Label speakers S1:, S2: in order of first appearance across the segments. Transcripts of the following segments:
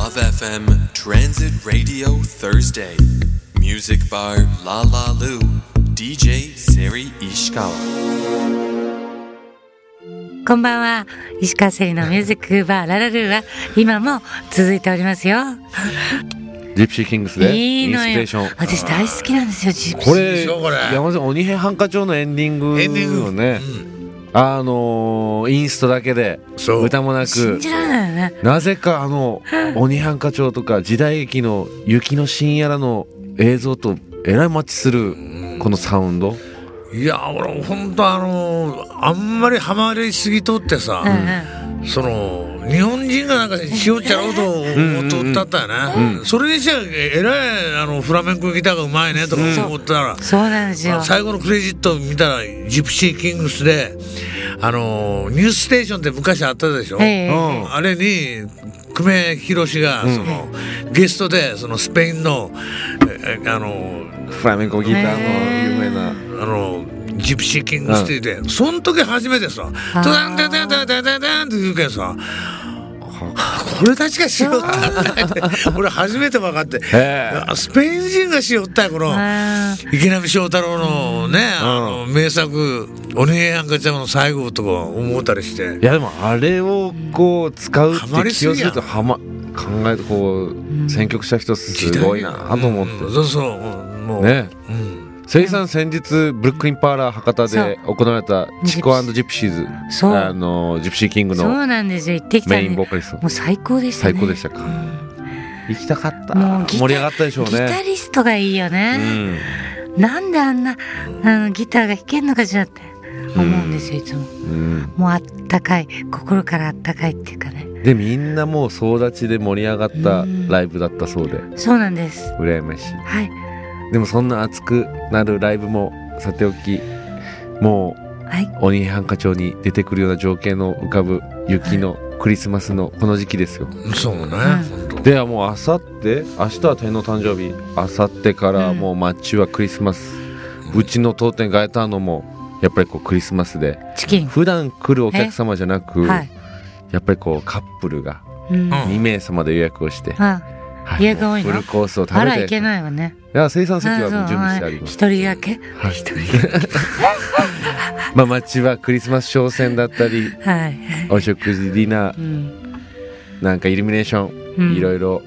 S1: FM Transit Radio Thursday. Music Bar La La Lu. DJ Seri Ishikawa.
S2: こんばんは。石川せりのミュージックバーララルーは今も続いておりますよ。
S3: ジプシーキングスで
S2: い
S3: イ
S2: い
S3: ンス
S2: の
S3: ピレ
S2: よ
S3: ーション。
S2: 私大好きなんですよ、ジプシ
S3: こ
S2: ー。
S3: れ
S4: いいでしょこれ
S3: 山田さん鬼平犯科帳のエンディング
S4: エンディング
S3: をね、あのーインストだけで
S4: そう
S3: 歌もな
S2: 信
S3: く
S2: じられないよね。
S3: なぜかあの鬼半課長とか時代劇の雪の深夜らの映像とえらいマッチするこのサウンド
S4: いや俺本当あのあんまりハマりすぎとってさ、
S2: うんうん。
S4: その日本人がなんかしよっちゃろうと思っとったったよね、それにしてはえらいあのフラメンコギターがうまいねとか思ったら、
S2: そうなんですよ。
S4: 最後のクレジット見たらジプシーキングスであのニュースステーションって昔あったでしょ、
S2: ええ
S3: うん
S4: あれに久米宏がその、ゲストでそのスペインのえあの
S3: フラメンコギターの有名な
S4: あの、ジプシーキングスティで、その時初めてさ、
S2: ー
S4: ダダンダダンダダンダダンって言うけどさ、これたちがしよったんだって、俺初めて分かって
S3: へー、
S4: あスペイン人がしよったよこの、
S2: あー
S4: 池波正太郎のね、あの、名作、鬼平安家ちゃんの最後とか思ったりして
S3: い、やでもあれをこう使うって
S4: ハマりす
S3: 起用
S4: ぎ
S3: す
S4: や
S3: ると
S4: ん
S3: はま考えてこう選曲した人すごいなと思っ
S4: うん
S3: て
S4: そうそう、うんもう、
S3: ね
S4: うん、
S3: 誠一さん先日ブルックリンパーラー博多で行われたチコジプシーズ
S2: そう
S3: あのジプシーキング
S2: そ
S3: の
S2: うなんですよ。行ってきた
S3: メイン
S2: ん
S3: ボ
S2: で。
S3: ーカリスト
S2: もう最高でしたね。
S3: 最高でしたか
S2: うん
S3: 行きたかった
S2: もうギター
S3: 盛り上がったでしょう
S2: ギタ
S3: ね
S2: リストがいいよ
S3: う
S2: ね。
S3: ん
S2: なんであんな、あの、ギターが弾けんのかしらって思うんですよ、いつも。
S3: うん
S2: もうあったかい、心からあったかいっていうかね。
S3: でみんなもう総立ちで盛り上がったライブだったそうで
S2: そうなんです。
S3: 羨ましい
S2: はい。
S3: でもそんな熱くなるライブもさておきも
S2: はい。
S3: う鬼ハンカ町に出てくるような情景の浮かぶ雪のクリスマスのこの時期ですよ
S4: そうね、
S2: ん
S4: 本当。
S3: ではもうあさって明日は天皇誕生日あさってからもう街はクリスマス、うちの当店ガエターノもやっぱりこうクリスマスで
S2: チキン。
S3: 普段来るお客様じゃなく、
S2: はい。
S3: やっぱりこうカップルが
S2: うん。
S4: うん
S3: 2名様で予約をして、
S2: あ、
S3: は
S2: 予約多いの
S3: フルコースを食
S2: あら、い
S3: べて
S2: けないわね。
S3: いや生産席は
S2: あ
S3: も
S2: そう
S3: う準備してあ
S2: はい
S3: ります
S2: 一人だけ
S3: はい
S2: 一人だ
S3: まあ街はクリスマス商戦だったり
S2: け。はい。
S3: お食事ディナー
S2: うん。
S3: なんかイルミネーション、
S2: うん
S3: いろいろ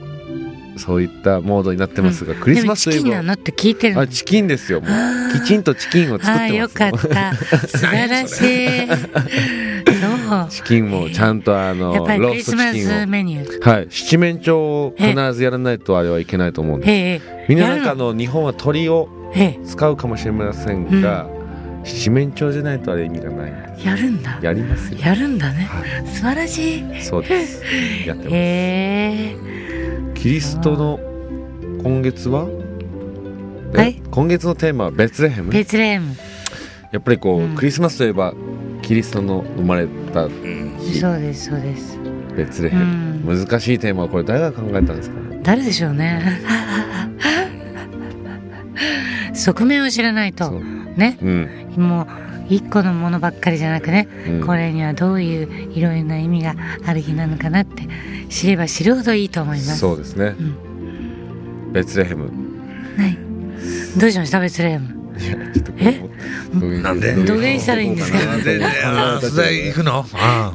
S3: そういったモードになってますが、クリスマスとい
S2: でもチキン
S3: え
S2: な
S3: ば
S2: のって聞いてるの
S3: あ。チキンですよもうきちんとチキンを作
S2: ああ、よ
S3: って
S2: か
S3: ま
S2: っ
S3: す
S2: た。素晴らしい。そう。
S3: チキンもちゃんとあの
S2: やっぱり
S3: ロ
S2: ク
S3: ー
S2: リ
S3: スト
S2: スマ
S3: チキ
S2: ス
S3: ンを
S2: メニュー。
S3: はい七面鳥を必ずやらないとあれはいけないと思うんです
S2: へえ。
S3: みんななんか
S2: や
S3: あ
S2: る
S3: の日本は鳥を
S2: へ
S3: 使うかもしれませんが、七面鳥じゃないとあれ意味がないんで
S2: え。やるんだ
S3: す。やりますよ
S2: やるんだね。
S3: は
S2: 素晴らしい。
S3: いそうですやってま
S2: へ
S3: す、
S2: え。
S3: キリストの今月はえ
S2: はい
S3: 今月のテーマはベツレヘム
S2: ベツレーム。
S3: やっぱりこう、
S2: うん
S3: クリスマスといえばキリストの生まれた日
S2: そうです、そうです。
S3: ベツレヘム、
S2: う
S3: 難しいテーマはこれ誰が考えたんですかね
S2: 誰でしょうね。側面を知らないと
S3: そう
S2: ね
S3: うん、
S2: もう一個のものばっかりじゃなくね、
S3: うん
S2: これにはどういういろいろな意味がある日なのかなって知れば知るほどいいと思います。
S3: そうですね
S2: う、
S3: ベツレヘム
S2: はい。どうしました別レーム。
S3: いやちょっとこれもどう いう
S4: なんで
S3: ういう
S2: どげんしたらいいんですか
S3: どういう
S4: で、で、あー、それで行くのあ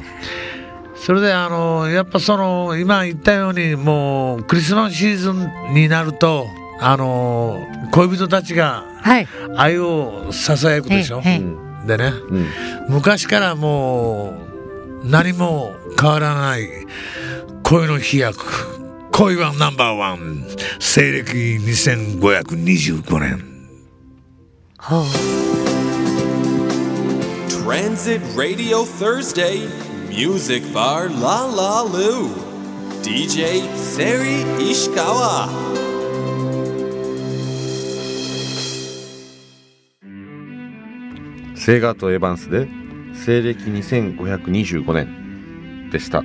S4: ーそれで、あの、やっぱその、今言ったように、もう、クリスマスシーズンになると、あの、恋人たちが
S2: はい。
S4: 愛を囁くでしょ
S2: えええ
S4: でね、
S3: うん
S4: 昔からもう、何も変わらない、恋の飛躍、恋はナンバーワン、西暦2525年。
S2: ほう。
S1: Transit Radio Thursday. Music Bar La La Lu. DJ Seri Ishikawa.
S3: セガーとエヴァンスで西暦2525年でした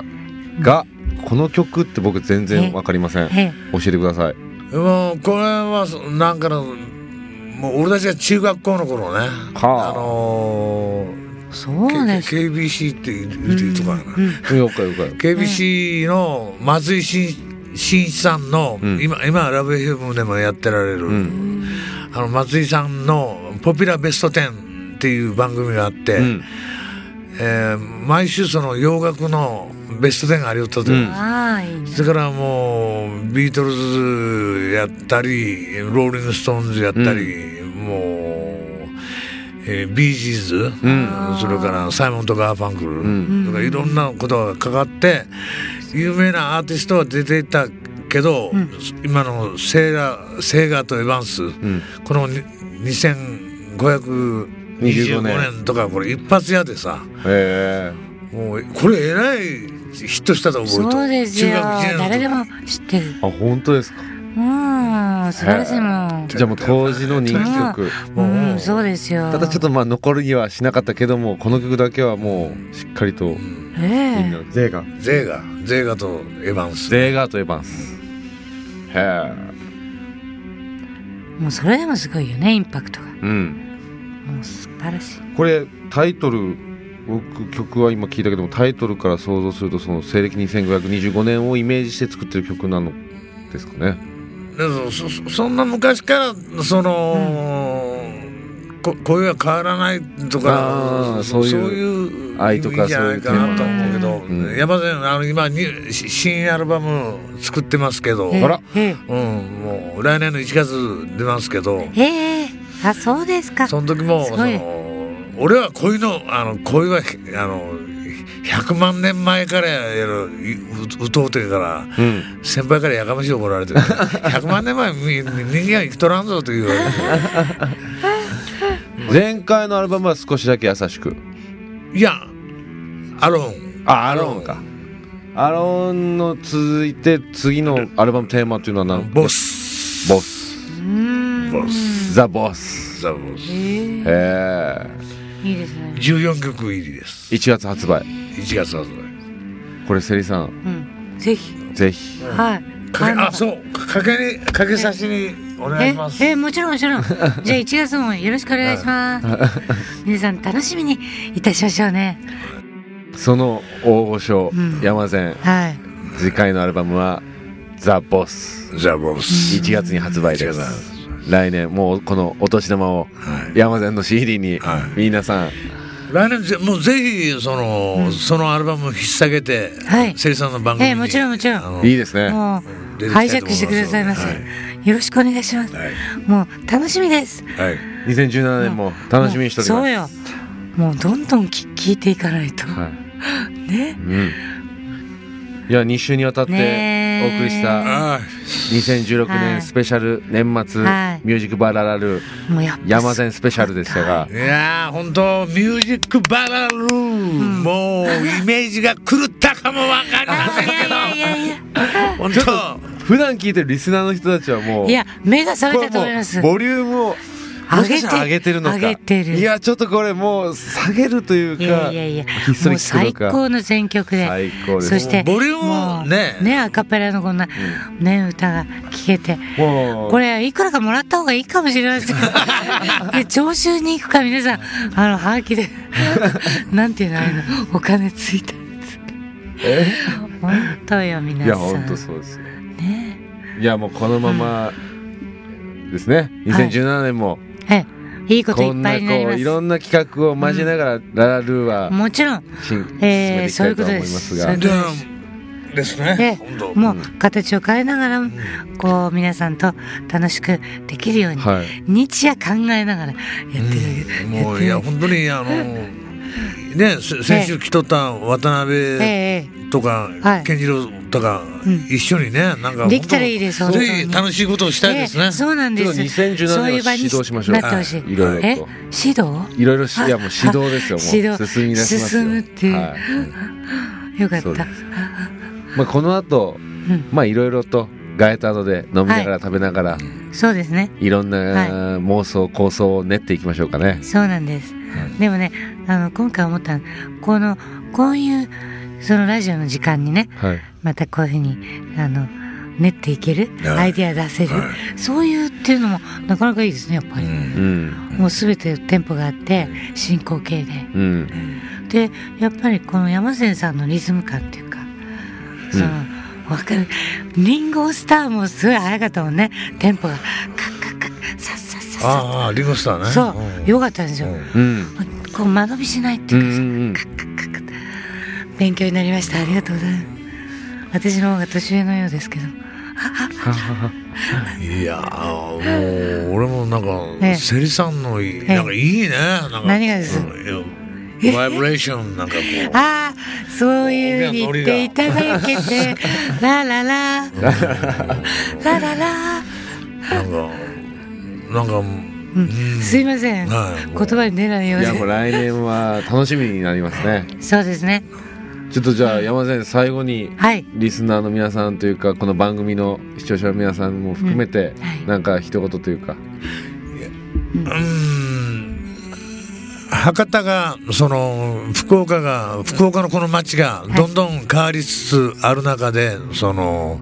S3: がこの曲って僕全然わかりません
S2: え
S3: 教えてください
S4: もうこれはそなんかのもう俺たちが中学校の頃ね、
S3: はあ
S4: あの
S2: そう
S4: ー、
S2: です。
S4: K- KBC って言う言うとかな、
S2: うん
S3: よかよかよ
S4: KBC の松井真新一さんの、
S3: うん
S4: 今今はラブ f m でもやってられる、
S3: うん
S4: あの松井さんの「ポピュラーベスト10」っていう番組があって、
S3: うん
S4: えー毎週その洋楽のベスト10がありよったという、
S3: うん
S2: はいいな。
S4: それからもうビートルズやったりローリング・ストーンズやったり、もう、えービージー
S3: ん
S4: ズ、それからサイモンとガーファンクル、
S3: ん
S4: とかいろんなことがかかって有名なアーティストは出ていたけど、今のセーラセーガーとエヴァンス、
S3: ん
S4: このに2525年とかこれ一発屋でさ
S3: え
S4: もうこれえらいヒットしたと思うと
S2: そうですよ。
S4: 中学一年の時
S2: 誰でも知ってる。
S3: えあ本当ですか
S2: うん、素晴らしいもん。
S3: じゃあもう当時の人気曲
S2: う、
S4: もうん
S2: そうですよ。
S3: ただちょっとまあ残るにはしなかったけどもこの曲だけはもうしっかりとみん
S2: ええ
S3: なゼーガ
S4: ゼーガゼーガとエヴァンス
S3: ゼーガとエヴァンスへ
S2: もうそれでもすごいよね、インパクトが。
S3: えうん
S2: もう素晴らしい。
S3: これタイトル僕曲は今聞いたけどもタイトルから想像するとその西暦2525年をイメージして作ってる曲なのですかね
S4: でもそそそんな昔からその、こ声は変わらないと
S3: あ
S4: か
S3: ーそういう
S4: いう
S3: 愛とか
S4: 意味じゃないかな
S2: そ
S4: と
S2: う
S4: 思う
S2: い
S4: け
S2: うテ
S4: ど、
S3: マうん
S4: 山瀬あの今にし新アルバム作ってますけど、
S2: ええ
S3: あら
S2: ええ
S4: うん、もう来年の1月出ますけど
S2: ええあ、そうですか。
S4: その時も
S2: す
S4: そ
S2: ごい
S4: の俺は恋のあの恋はあの100万年前からやるう歌うてから。
S3: うん
S4: 先輩からやかましい怒られ てる100万年前み人間は生きとらんぞという
S3: 前回のアルバムは少しだけ優しく
S4: いやアロン
S3: あアローンかアローンの続いて次のアルバムテーマっていうのは何
S4: ボス
S3: ボス
S2: うん。
S4: ボス
S3: ザ・ボス
S4: ザボス
S2: ええ
S3: へえ
S2: いいですね。
S4: 14曲入りです
S3: 1月発売
S4: 1月発売
S3: これセリさん
S2: うん。ぜひ。
S3: ぜひ
S2: はい。
S4: かけあ
S2: う。
S4: そうかけにかけさしにお願い
S2: え
S4: します
S2: えもちろんもち ろんじゃあ1月もよろしくお願いします、皆さん楽しみにいたしましょうね
S3: その大御所、
S2: うん
S3: 山善
S2: はい
S3: 次回のアルバムはザ・ボス
S4: ザボス
S3: 1月に発売です
S4: 1月
S3: 来年もうこのお年玉を
S4: はい
S3: 山善の CD に
S4: はい
S3: 皆さん
S4: 来年ぜもうぜひその、そのアルバムを引っ提げて、
S2: はい
S4: セリさんの番組
S2: え
S4: に、
S2: えもちろんもちろん
S4: あの
S3: いいですね
S2: もう
S4: 出てきたいと思います
S2: ハイジャックしてくださいませ、
S4: は
S2: よろしくお願いします、
S4: はい
S2: もう楽しみです
S4: はい
S3: 2017年も楽しみにしております
S2: もうそうよもうどんどんき聞いていかないと、
S3: はい
S2: ね
S3: うんいや2週にわたって
S2: ねえ
S3: お送りした
S4: あ
S2: は
S3: 2016年
S2: い
S3: スペシャル年末ミ
S2: はい
S3: ュージックバララル
S2: もうやっぱ
S3: 山善スペシャルでしたが
S4: あいやー本当ミュージックバラルー、もうイメージが狂ったかもわかりませんけど
S2: あいやいやいやい
S4: 本
S3: ちょっ
S4: 当
S3: と普段聞いてるリスナーの人たちはも
S2: や
S3: う
S2: いや目が覚
S3: こ
S2: め
S3: れ
S2: たと
S3: も
S2: 思います
S3: うボリュームを
S2: 上
S3: もしか
S2: げ
S3: してたら上げてるのか
S2: 上げてる
S3: いやちょっとこれもう下げるというか
S2: いやいやいや
S3: ひっそ
S2: もう
S3: り聞くの
S2: 最
S3: か
S2: 高の選曲で
S3: 最高です
S2: そして
S4: ボリュームを
S2: もう
S4: ね
S2: アカペラのこんな、ね歌が聴けて
S3: もう
S2: これいくらかもらった方がいいかもしれま せんで聴衆に行くか皆さんあのハガキで なんていうのあれのお金ついたやつ本当よ皆さん
S3: いや本当そうですよ
S2: ね
S3: いやもうこのままですね2017年も
S2: ええいいことい
S3: こん
S2: っぱ
S3: な
S2: りになり
S3: こ
S2: ま
S3: うい
S2: す
S3: ろんな企画を交えながらララルーは
S2: もちろん
S3: 進進め
S2: え
S3: て
S2: ー
S3: いきたいと思います
S2: そう
S3: が
S2: いうこと
S4: じゃあですね
S2: で
S4: 本当
S2: もう形を変えながらもこう皆さんと楽しくできるように、
S3: はい
S2: 日夜考えながらやってる、
S4: もういや本当 にあのねせ先週来とった渡
S2: え
S4: 辺
S2: ええ
S4: とか
S2: はい
S4: 健次郎とか
S2: ん
S4: 一緒にねなんか本当
S2: できたらいいです本当
S4: ぜ
S2: に
S4: ひ楽しいことをしたいです
S2: え
S4: ね
S2: えそうなん
S3: ち
S2: で
S3: ょっ
S2: す
S3: と2017年は
S2: そういう場に
S3: 指導しましょう
S2: なってほしい、
S3: はいいろいろと
S2: え指導
S3: いろいろしいやもう指導ですよもう
S2: 指導
S3: 進み出しますよ
S2: 進むっていう
S3: はい
S2: よかっ
S3: そうで
S2: た
S3: すまあこの後
S2: うん
S3: まあいろいろとガエタードで飲みなが
S2: は
S3: ら食べながら
S2: そうですね
S3: いろん
S2: はい
S3: な妄想構想を練っていきましょうかね
S2: そうなんです、でもねあの今回思ったのこのこういうそのラジオの時間にね
S3: はい
S2: またこういうふうにあの練っていける、
S4: はい
S2: アイディア出せる、
S4: は
S2: そういうっていうのもなかなかいいですねやっぱり、
S3: うん
S2: もう全てテンポがあって進行形
S3: うん
S2: ででやっぱりこの山瀬さんのリズム感っていうかその、わかる。リンゴスターもすごい早かったもんね。テンポが。カッカッカッ、サッサッサッサ
S4: ああリンゴスターね
S2: ッ。そう、よかったんですよ。
S4: うん
S3: うん
S2: こう間延びしないって
S3: うんう
S2: いうかさ、
S3: ん
S2: カッカッカッカッ。勉強になりました。ありがとうございます。私の方が年上のようですけど。
S4: いやーもう俺もなん
S2: ええ
S4: かセリさんのいい
S2: ええ
S4: なんかいいねなんか
S2: 何がです
S4: うんいやバイブレーションなんかこう
S2: ああ、そういうふうに言っていただけて、ラララ、ラララ、
S4: なんかなんか
S2: うんすいません、言
S4: はいもう
S2: 葉に出ないよう
S3: いやもう
S2: で。
S3: 来年は楽しみになりますね
S2: そうですね。
S3: ちょっとじゃあ山善最後に
S2: はい。
S3: リスナーの皆さんというかこの番組の視聴者の皆さんも含めて
S2: んはい
S3: なんか一言というか
S4: うん博多がその福岡が福岡のこの街がどんどん変わりつつある中でその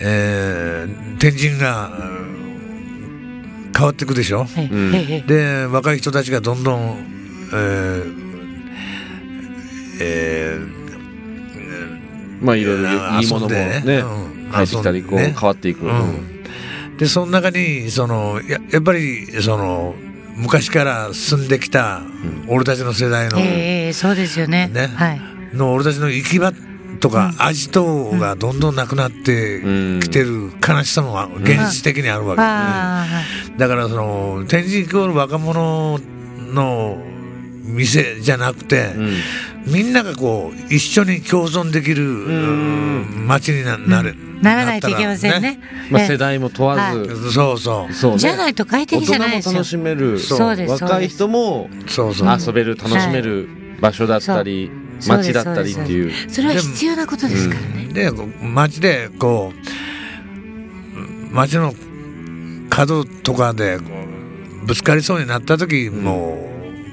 S4: えー天神がうん変わっていくでしょ
S2: はい
S3: ん
S2: はいはい
S4: で若い人たちがどんどん、えーえー
S3: まあいろいろ
S4: あ
S3: いいものも
S4: 遊
S3: ね
S4: んでねうん
S3: 入ってきたりこう
S4: 遊んで
S3: 変
S4: ね
S3: わっていく、
S4: うん、でその中にそのややっぱりその昔から住んできた俺たちの世代の,、
S2: ええそうですよね。
S4: ね
S2: はい。
S4: の俺たちの行き場とか味等がどんどんなくなって
S3: うん
S4: きてる悲しさもあ現実的にあるわけ、
S2: あ
S4: だからその天神イコール若者の店じゃなくて、
S3: うん
S4: みんながこう一緒に共存できるうん街にななれ、
S2: あ、ならないといけませんね。
S3: まあ、
S2: ええ
S3: 世代も問わず、
S2: は
S4: そうそう
S3: そうね
S2: じゃないと快
S3: 大
S2: 適じゃ
S3: 人も
S2: ないですよ
S3: 楽。しめる
S2: そうそうです
S3: 若い人も
S4: そうそう
S3: 遊べる楽しめる場所だったり
S2: そう
S3: 街だったりっていう
S2: それは必要なことですからね。
S4: でこう街でこう街の角とかでこうぶつかりそうになった時、も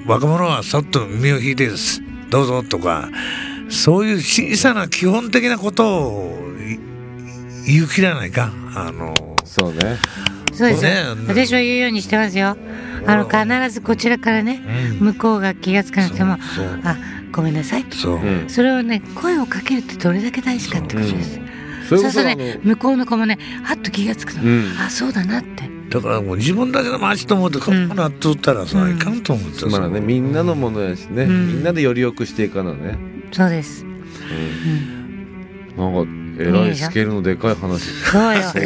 S4: う若者はそっと身を引いてですどうぞとかそういう小さな基本的なことをい言い切らないかあの
S3: そうね
S2: そうですね
S4: ね。
S2: 私は言うようにしてますよ。あの、必ずこちらからね、向こうが気がつかなくても、
S4: そう
S2: あ、ごめんなさい。
S4: そう、
S3: うん
S2: それをね、声をかけるってどれだけ大事かってことです。
S3: そ
S2: そう
S3: れこ
S2: すると
S3: そあ
S2: ね、
S3: の
S2: 向こうの子もね、はっと気がつくの。
S3: うん
S2: あ、そうだなって。
S4: だからもう自分だけの街と思ってこうなっとったらさ、
S2: うん
S4: いかんと思ってさ、
S3: まあねみんなのものやしね、
S2: うん
S3: みんなでより良くしていかなね、
S2: そうです。
S3: なんかえらいスケールのでかい話
S2: そうよ。
S3: そう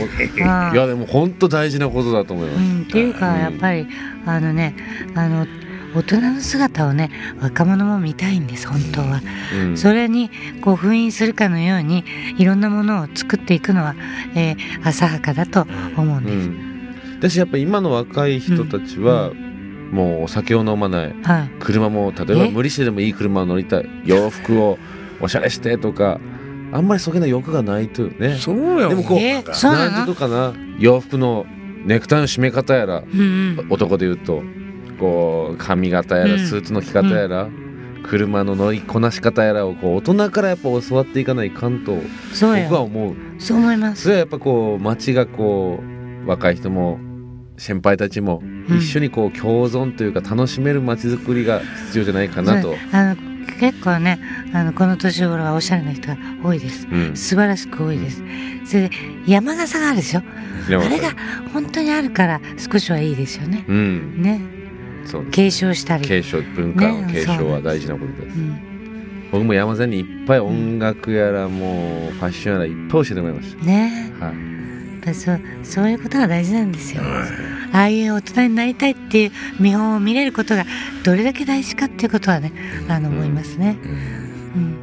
S2: あ
S3: いやでも本当大事なことだと思いま
S2: う
S3: す、
S2: ん、っていうか、やっぱり、あのね、あの、大人の姿をね、若者も見たいんです、本当は。
S3: うん
S2: それにこう封印するかのようにいろんなものを作っていくのは、えー浅はかだと思うん
S3: う
S2: です。
S3: ん、だしやっぱ今の若い人たちは、もうお酒を飲まない
S2: はい、
S3: 車も例えば
S2: え
S3: 無理してでもいい車を乗りたい洋服をおしゃれしてとかあんまりそげな欲がないというね
S4: そうよ
S3: でもこう
S4: なんか
S2: えそうなの
S3: んていうかな洋服のネクタイの締め方やら
S2: うんうん、
S3: 男で言うとこう髪型や
S2: う
S3: ら
S2: ん
S3: スーツの着方やら、車の乗りこなし方やらをこう大人からやっぱ教わっていかないかんと
S2: そう
S3: 僕は
S2: よ
S3: 思う
S2: そう思いま
S3: そ
S2: す。
S3: れはやっぱこう街がこう若い人も先輩たちも
S2: ん
S3: 一緒にこう共存というか楽しめる街づくりが必要じゃないかな
S2: そ
S3: と
S2: う。あの結構ねあのこの年頃はおしゃれな人が多いです。
S3: うん
S2: 素晴らしく多いです。それで山笠があるでしょ
S3: でも
S2: あれが本当にあるから少しはいいですよね。
S3: うん、
S2: ね
S3: そう
S2: 継承したり。
S3: 継承文化の
S2: ね
S3: 継
S2: そ
S3: 承
S2: うな
S3: は
S2: んで
S3: 大事なことです
S2: うん、
S3: 僕も山善にいっぱい音楽やらもうファッションやらいっぱい教えてもらいまし
S2: ね
S3: た、はい、
S2: やっぱりそうそういうことが大事なんですよ。ああいう大人になりたいっていう見本を見れることがどれだけ大事かっていうことはね、あの
S3: うん
S2: 思いますね。うん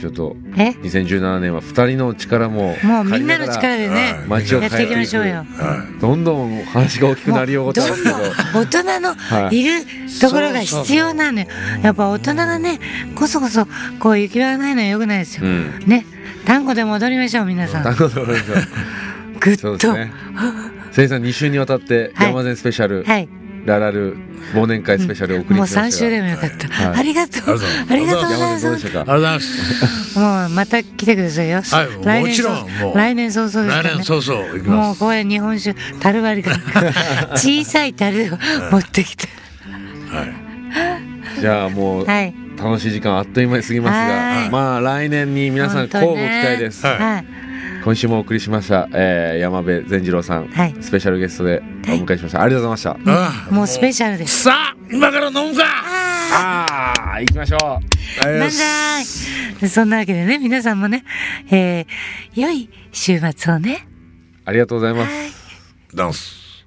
S3: ちょっと
S2: え、
S3: 2017年は2人の力も
S2: もうみんなの力でね、
S4: はい
S3: 街を
S2: や
S3: 変
S2: ってい
S3: え
S2: き
S3: て
S2: ま
S3: い
S2: しょう
S3: く
S2: よ。
S3: どんどん話が大きく
S2: も
S3: な
S2: う
S3: りよう
S2: ど
S3: こ
S2: んど
S3: と
S2: ん
S3: あるけど
S2: 大人の
S3: はい
S2: いるところが必要なのよ。やっぱ大人がね、こそこそこう行き場がないのは良くないですよ
S3: う。 ん
S2: ね、単語で戻りましょう皆さん。
S3: 単語でございます
S2: ぐっ
S3: そうで
S2: と。
S3: すね。せいさん2週にわたって
S2: はい
S3: 山善スペシャル、
S2: はい。
S3: ララル忘年会スペシャルをお送りし
S2: もう
S3: ましたが。
S2: 3週でもよかった。
S3: はい
S2: ありがとう。あ
S4: あ
S2: り
S4: り
S2: が
S4: が
S2: と
S4: と
S2: う
S4: う
S2: ご
S4: ご
S2: ざいま
S3: 山善どうですし。た
S4: あ
S3: か。
S4: りがとうございます。
S2: もうまた来てくださいよ。
S4: はい
S2: 来
S4: も
S2: 年
S4: ちろん
S2: 早
S4: もう
S2: 来年早々ですから
S4: 来
S2: ね
S4: 年。そうそう行き
S2: も
S4: ま
S2: う
S4: す。
S2: これ日本酒樽 割りが小さい樽を持ってきて
S4: はい
S3: じゃあもう
S2: はい。
S3: 楽しい時間あっという間に過ぎますが、
S2: はい
S3: まあ来年に皆さ
S2: 本
S3: ん
S2: 当
S3: 交
S2: ね
S3: 互期待です、
S4: はい
S2: はい。
S3: 今週もお送りしました、えー山辺善次郎さん、
S2: はい
S3: スペシャルゲストでお迎えしました、ありがとうございました
S4: ああ
S2: もうスペシャルです。
S4: さあ今から飲むか
S2: あ
S3: ああ行きましょう
S2: あ、万歳そんなわけでね、皆さんもね、えー、良い週末をね。
S3: ありがとうございます
S4: ダンス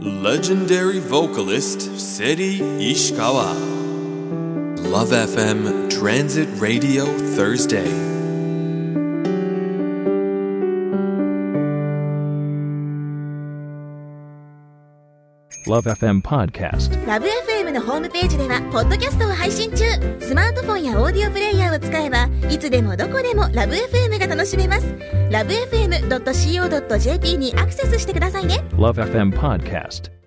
S1: Legendary vocalist Seri Ishikawa. Love FM Transit Radio Thursday.
S5: Love FM Podcast.
S6: ラブ f m のホームページではポッドキャストを配信中スマートフォンやオーディオプレイヤーを使えばいつでもどこでもラブ f m が楽しめますラブ FM.co.jp にアクセスしてくださいね
S5: Love FM Podcast.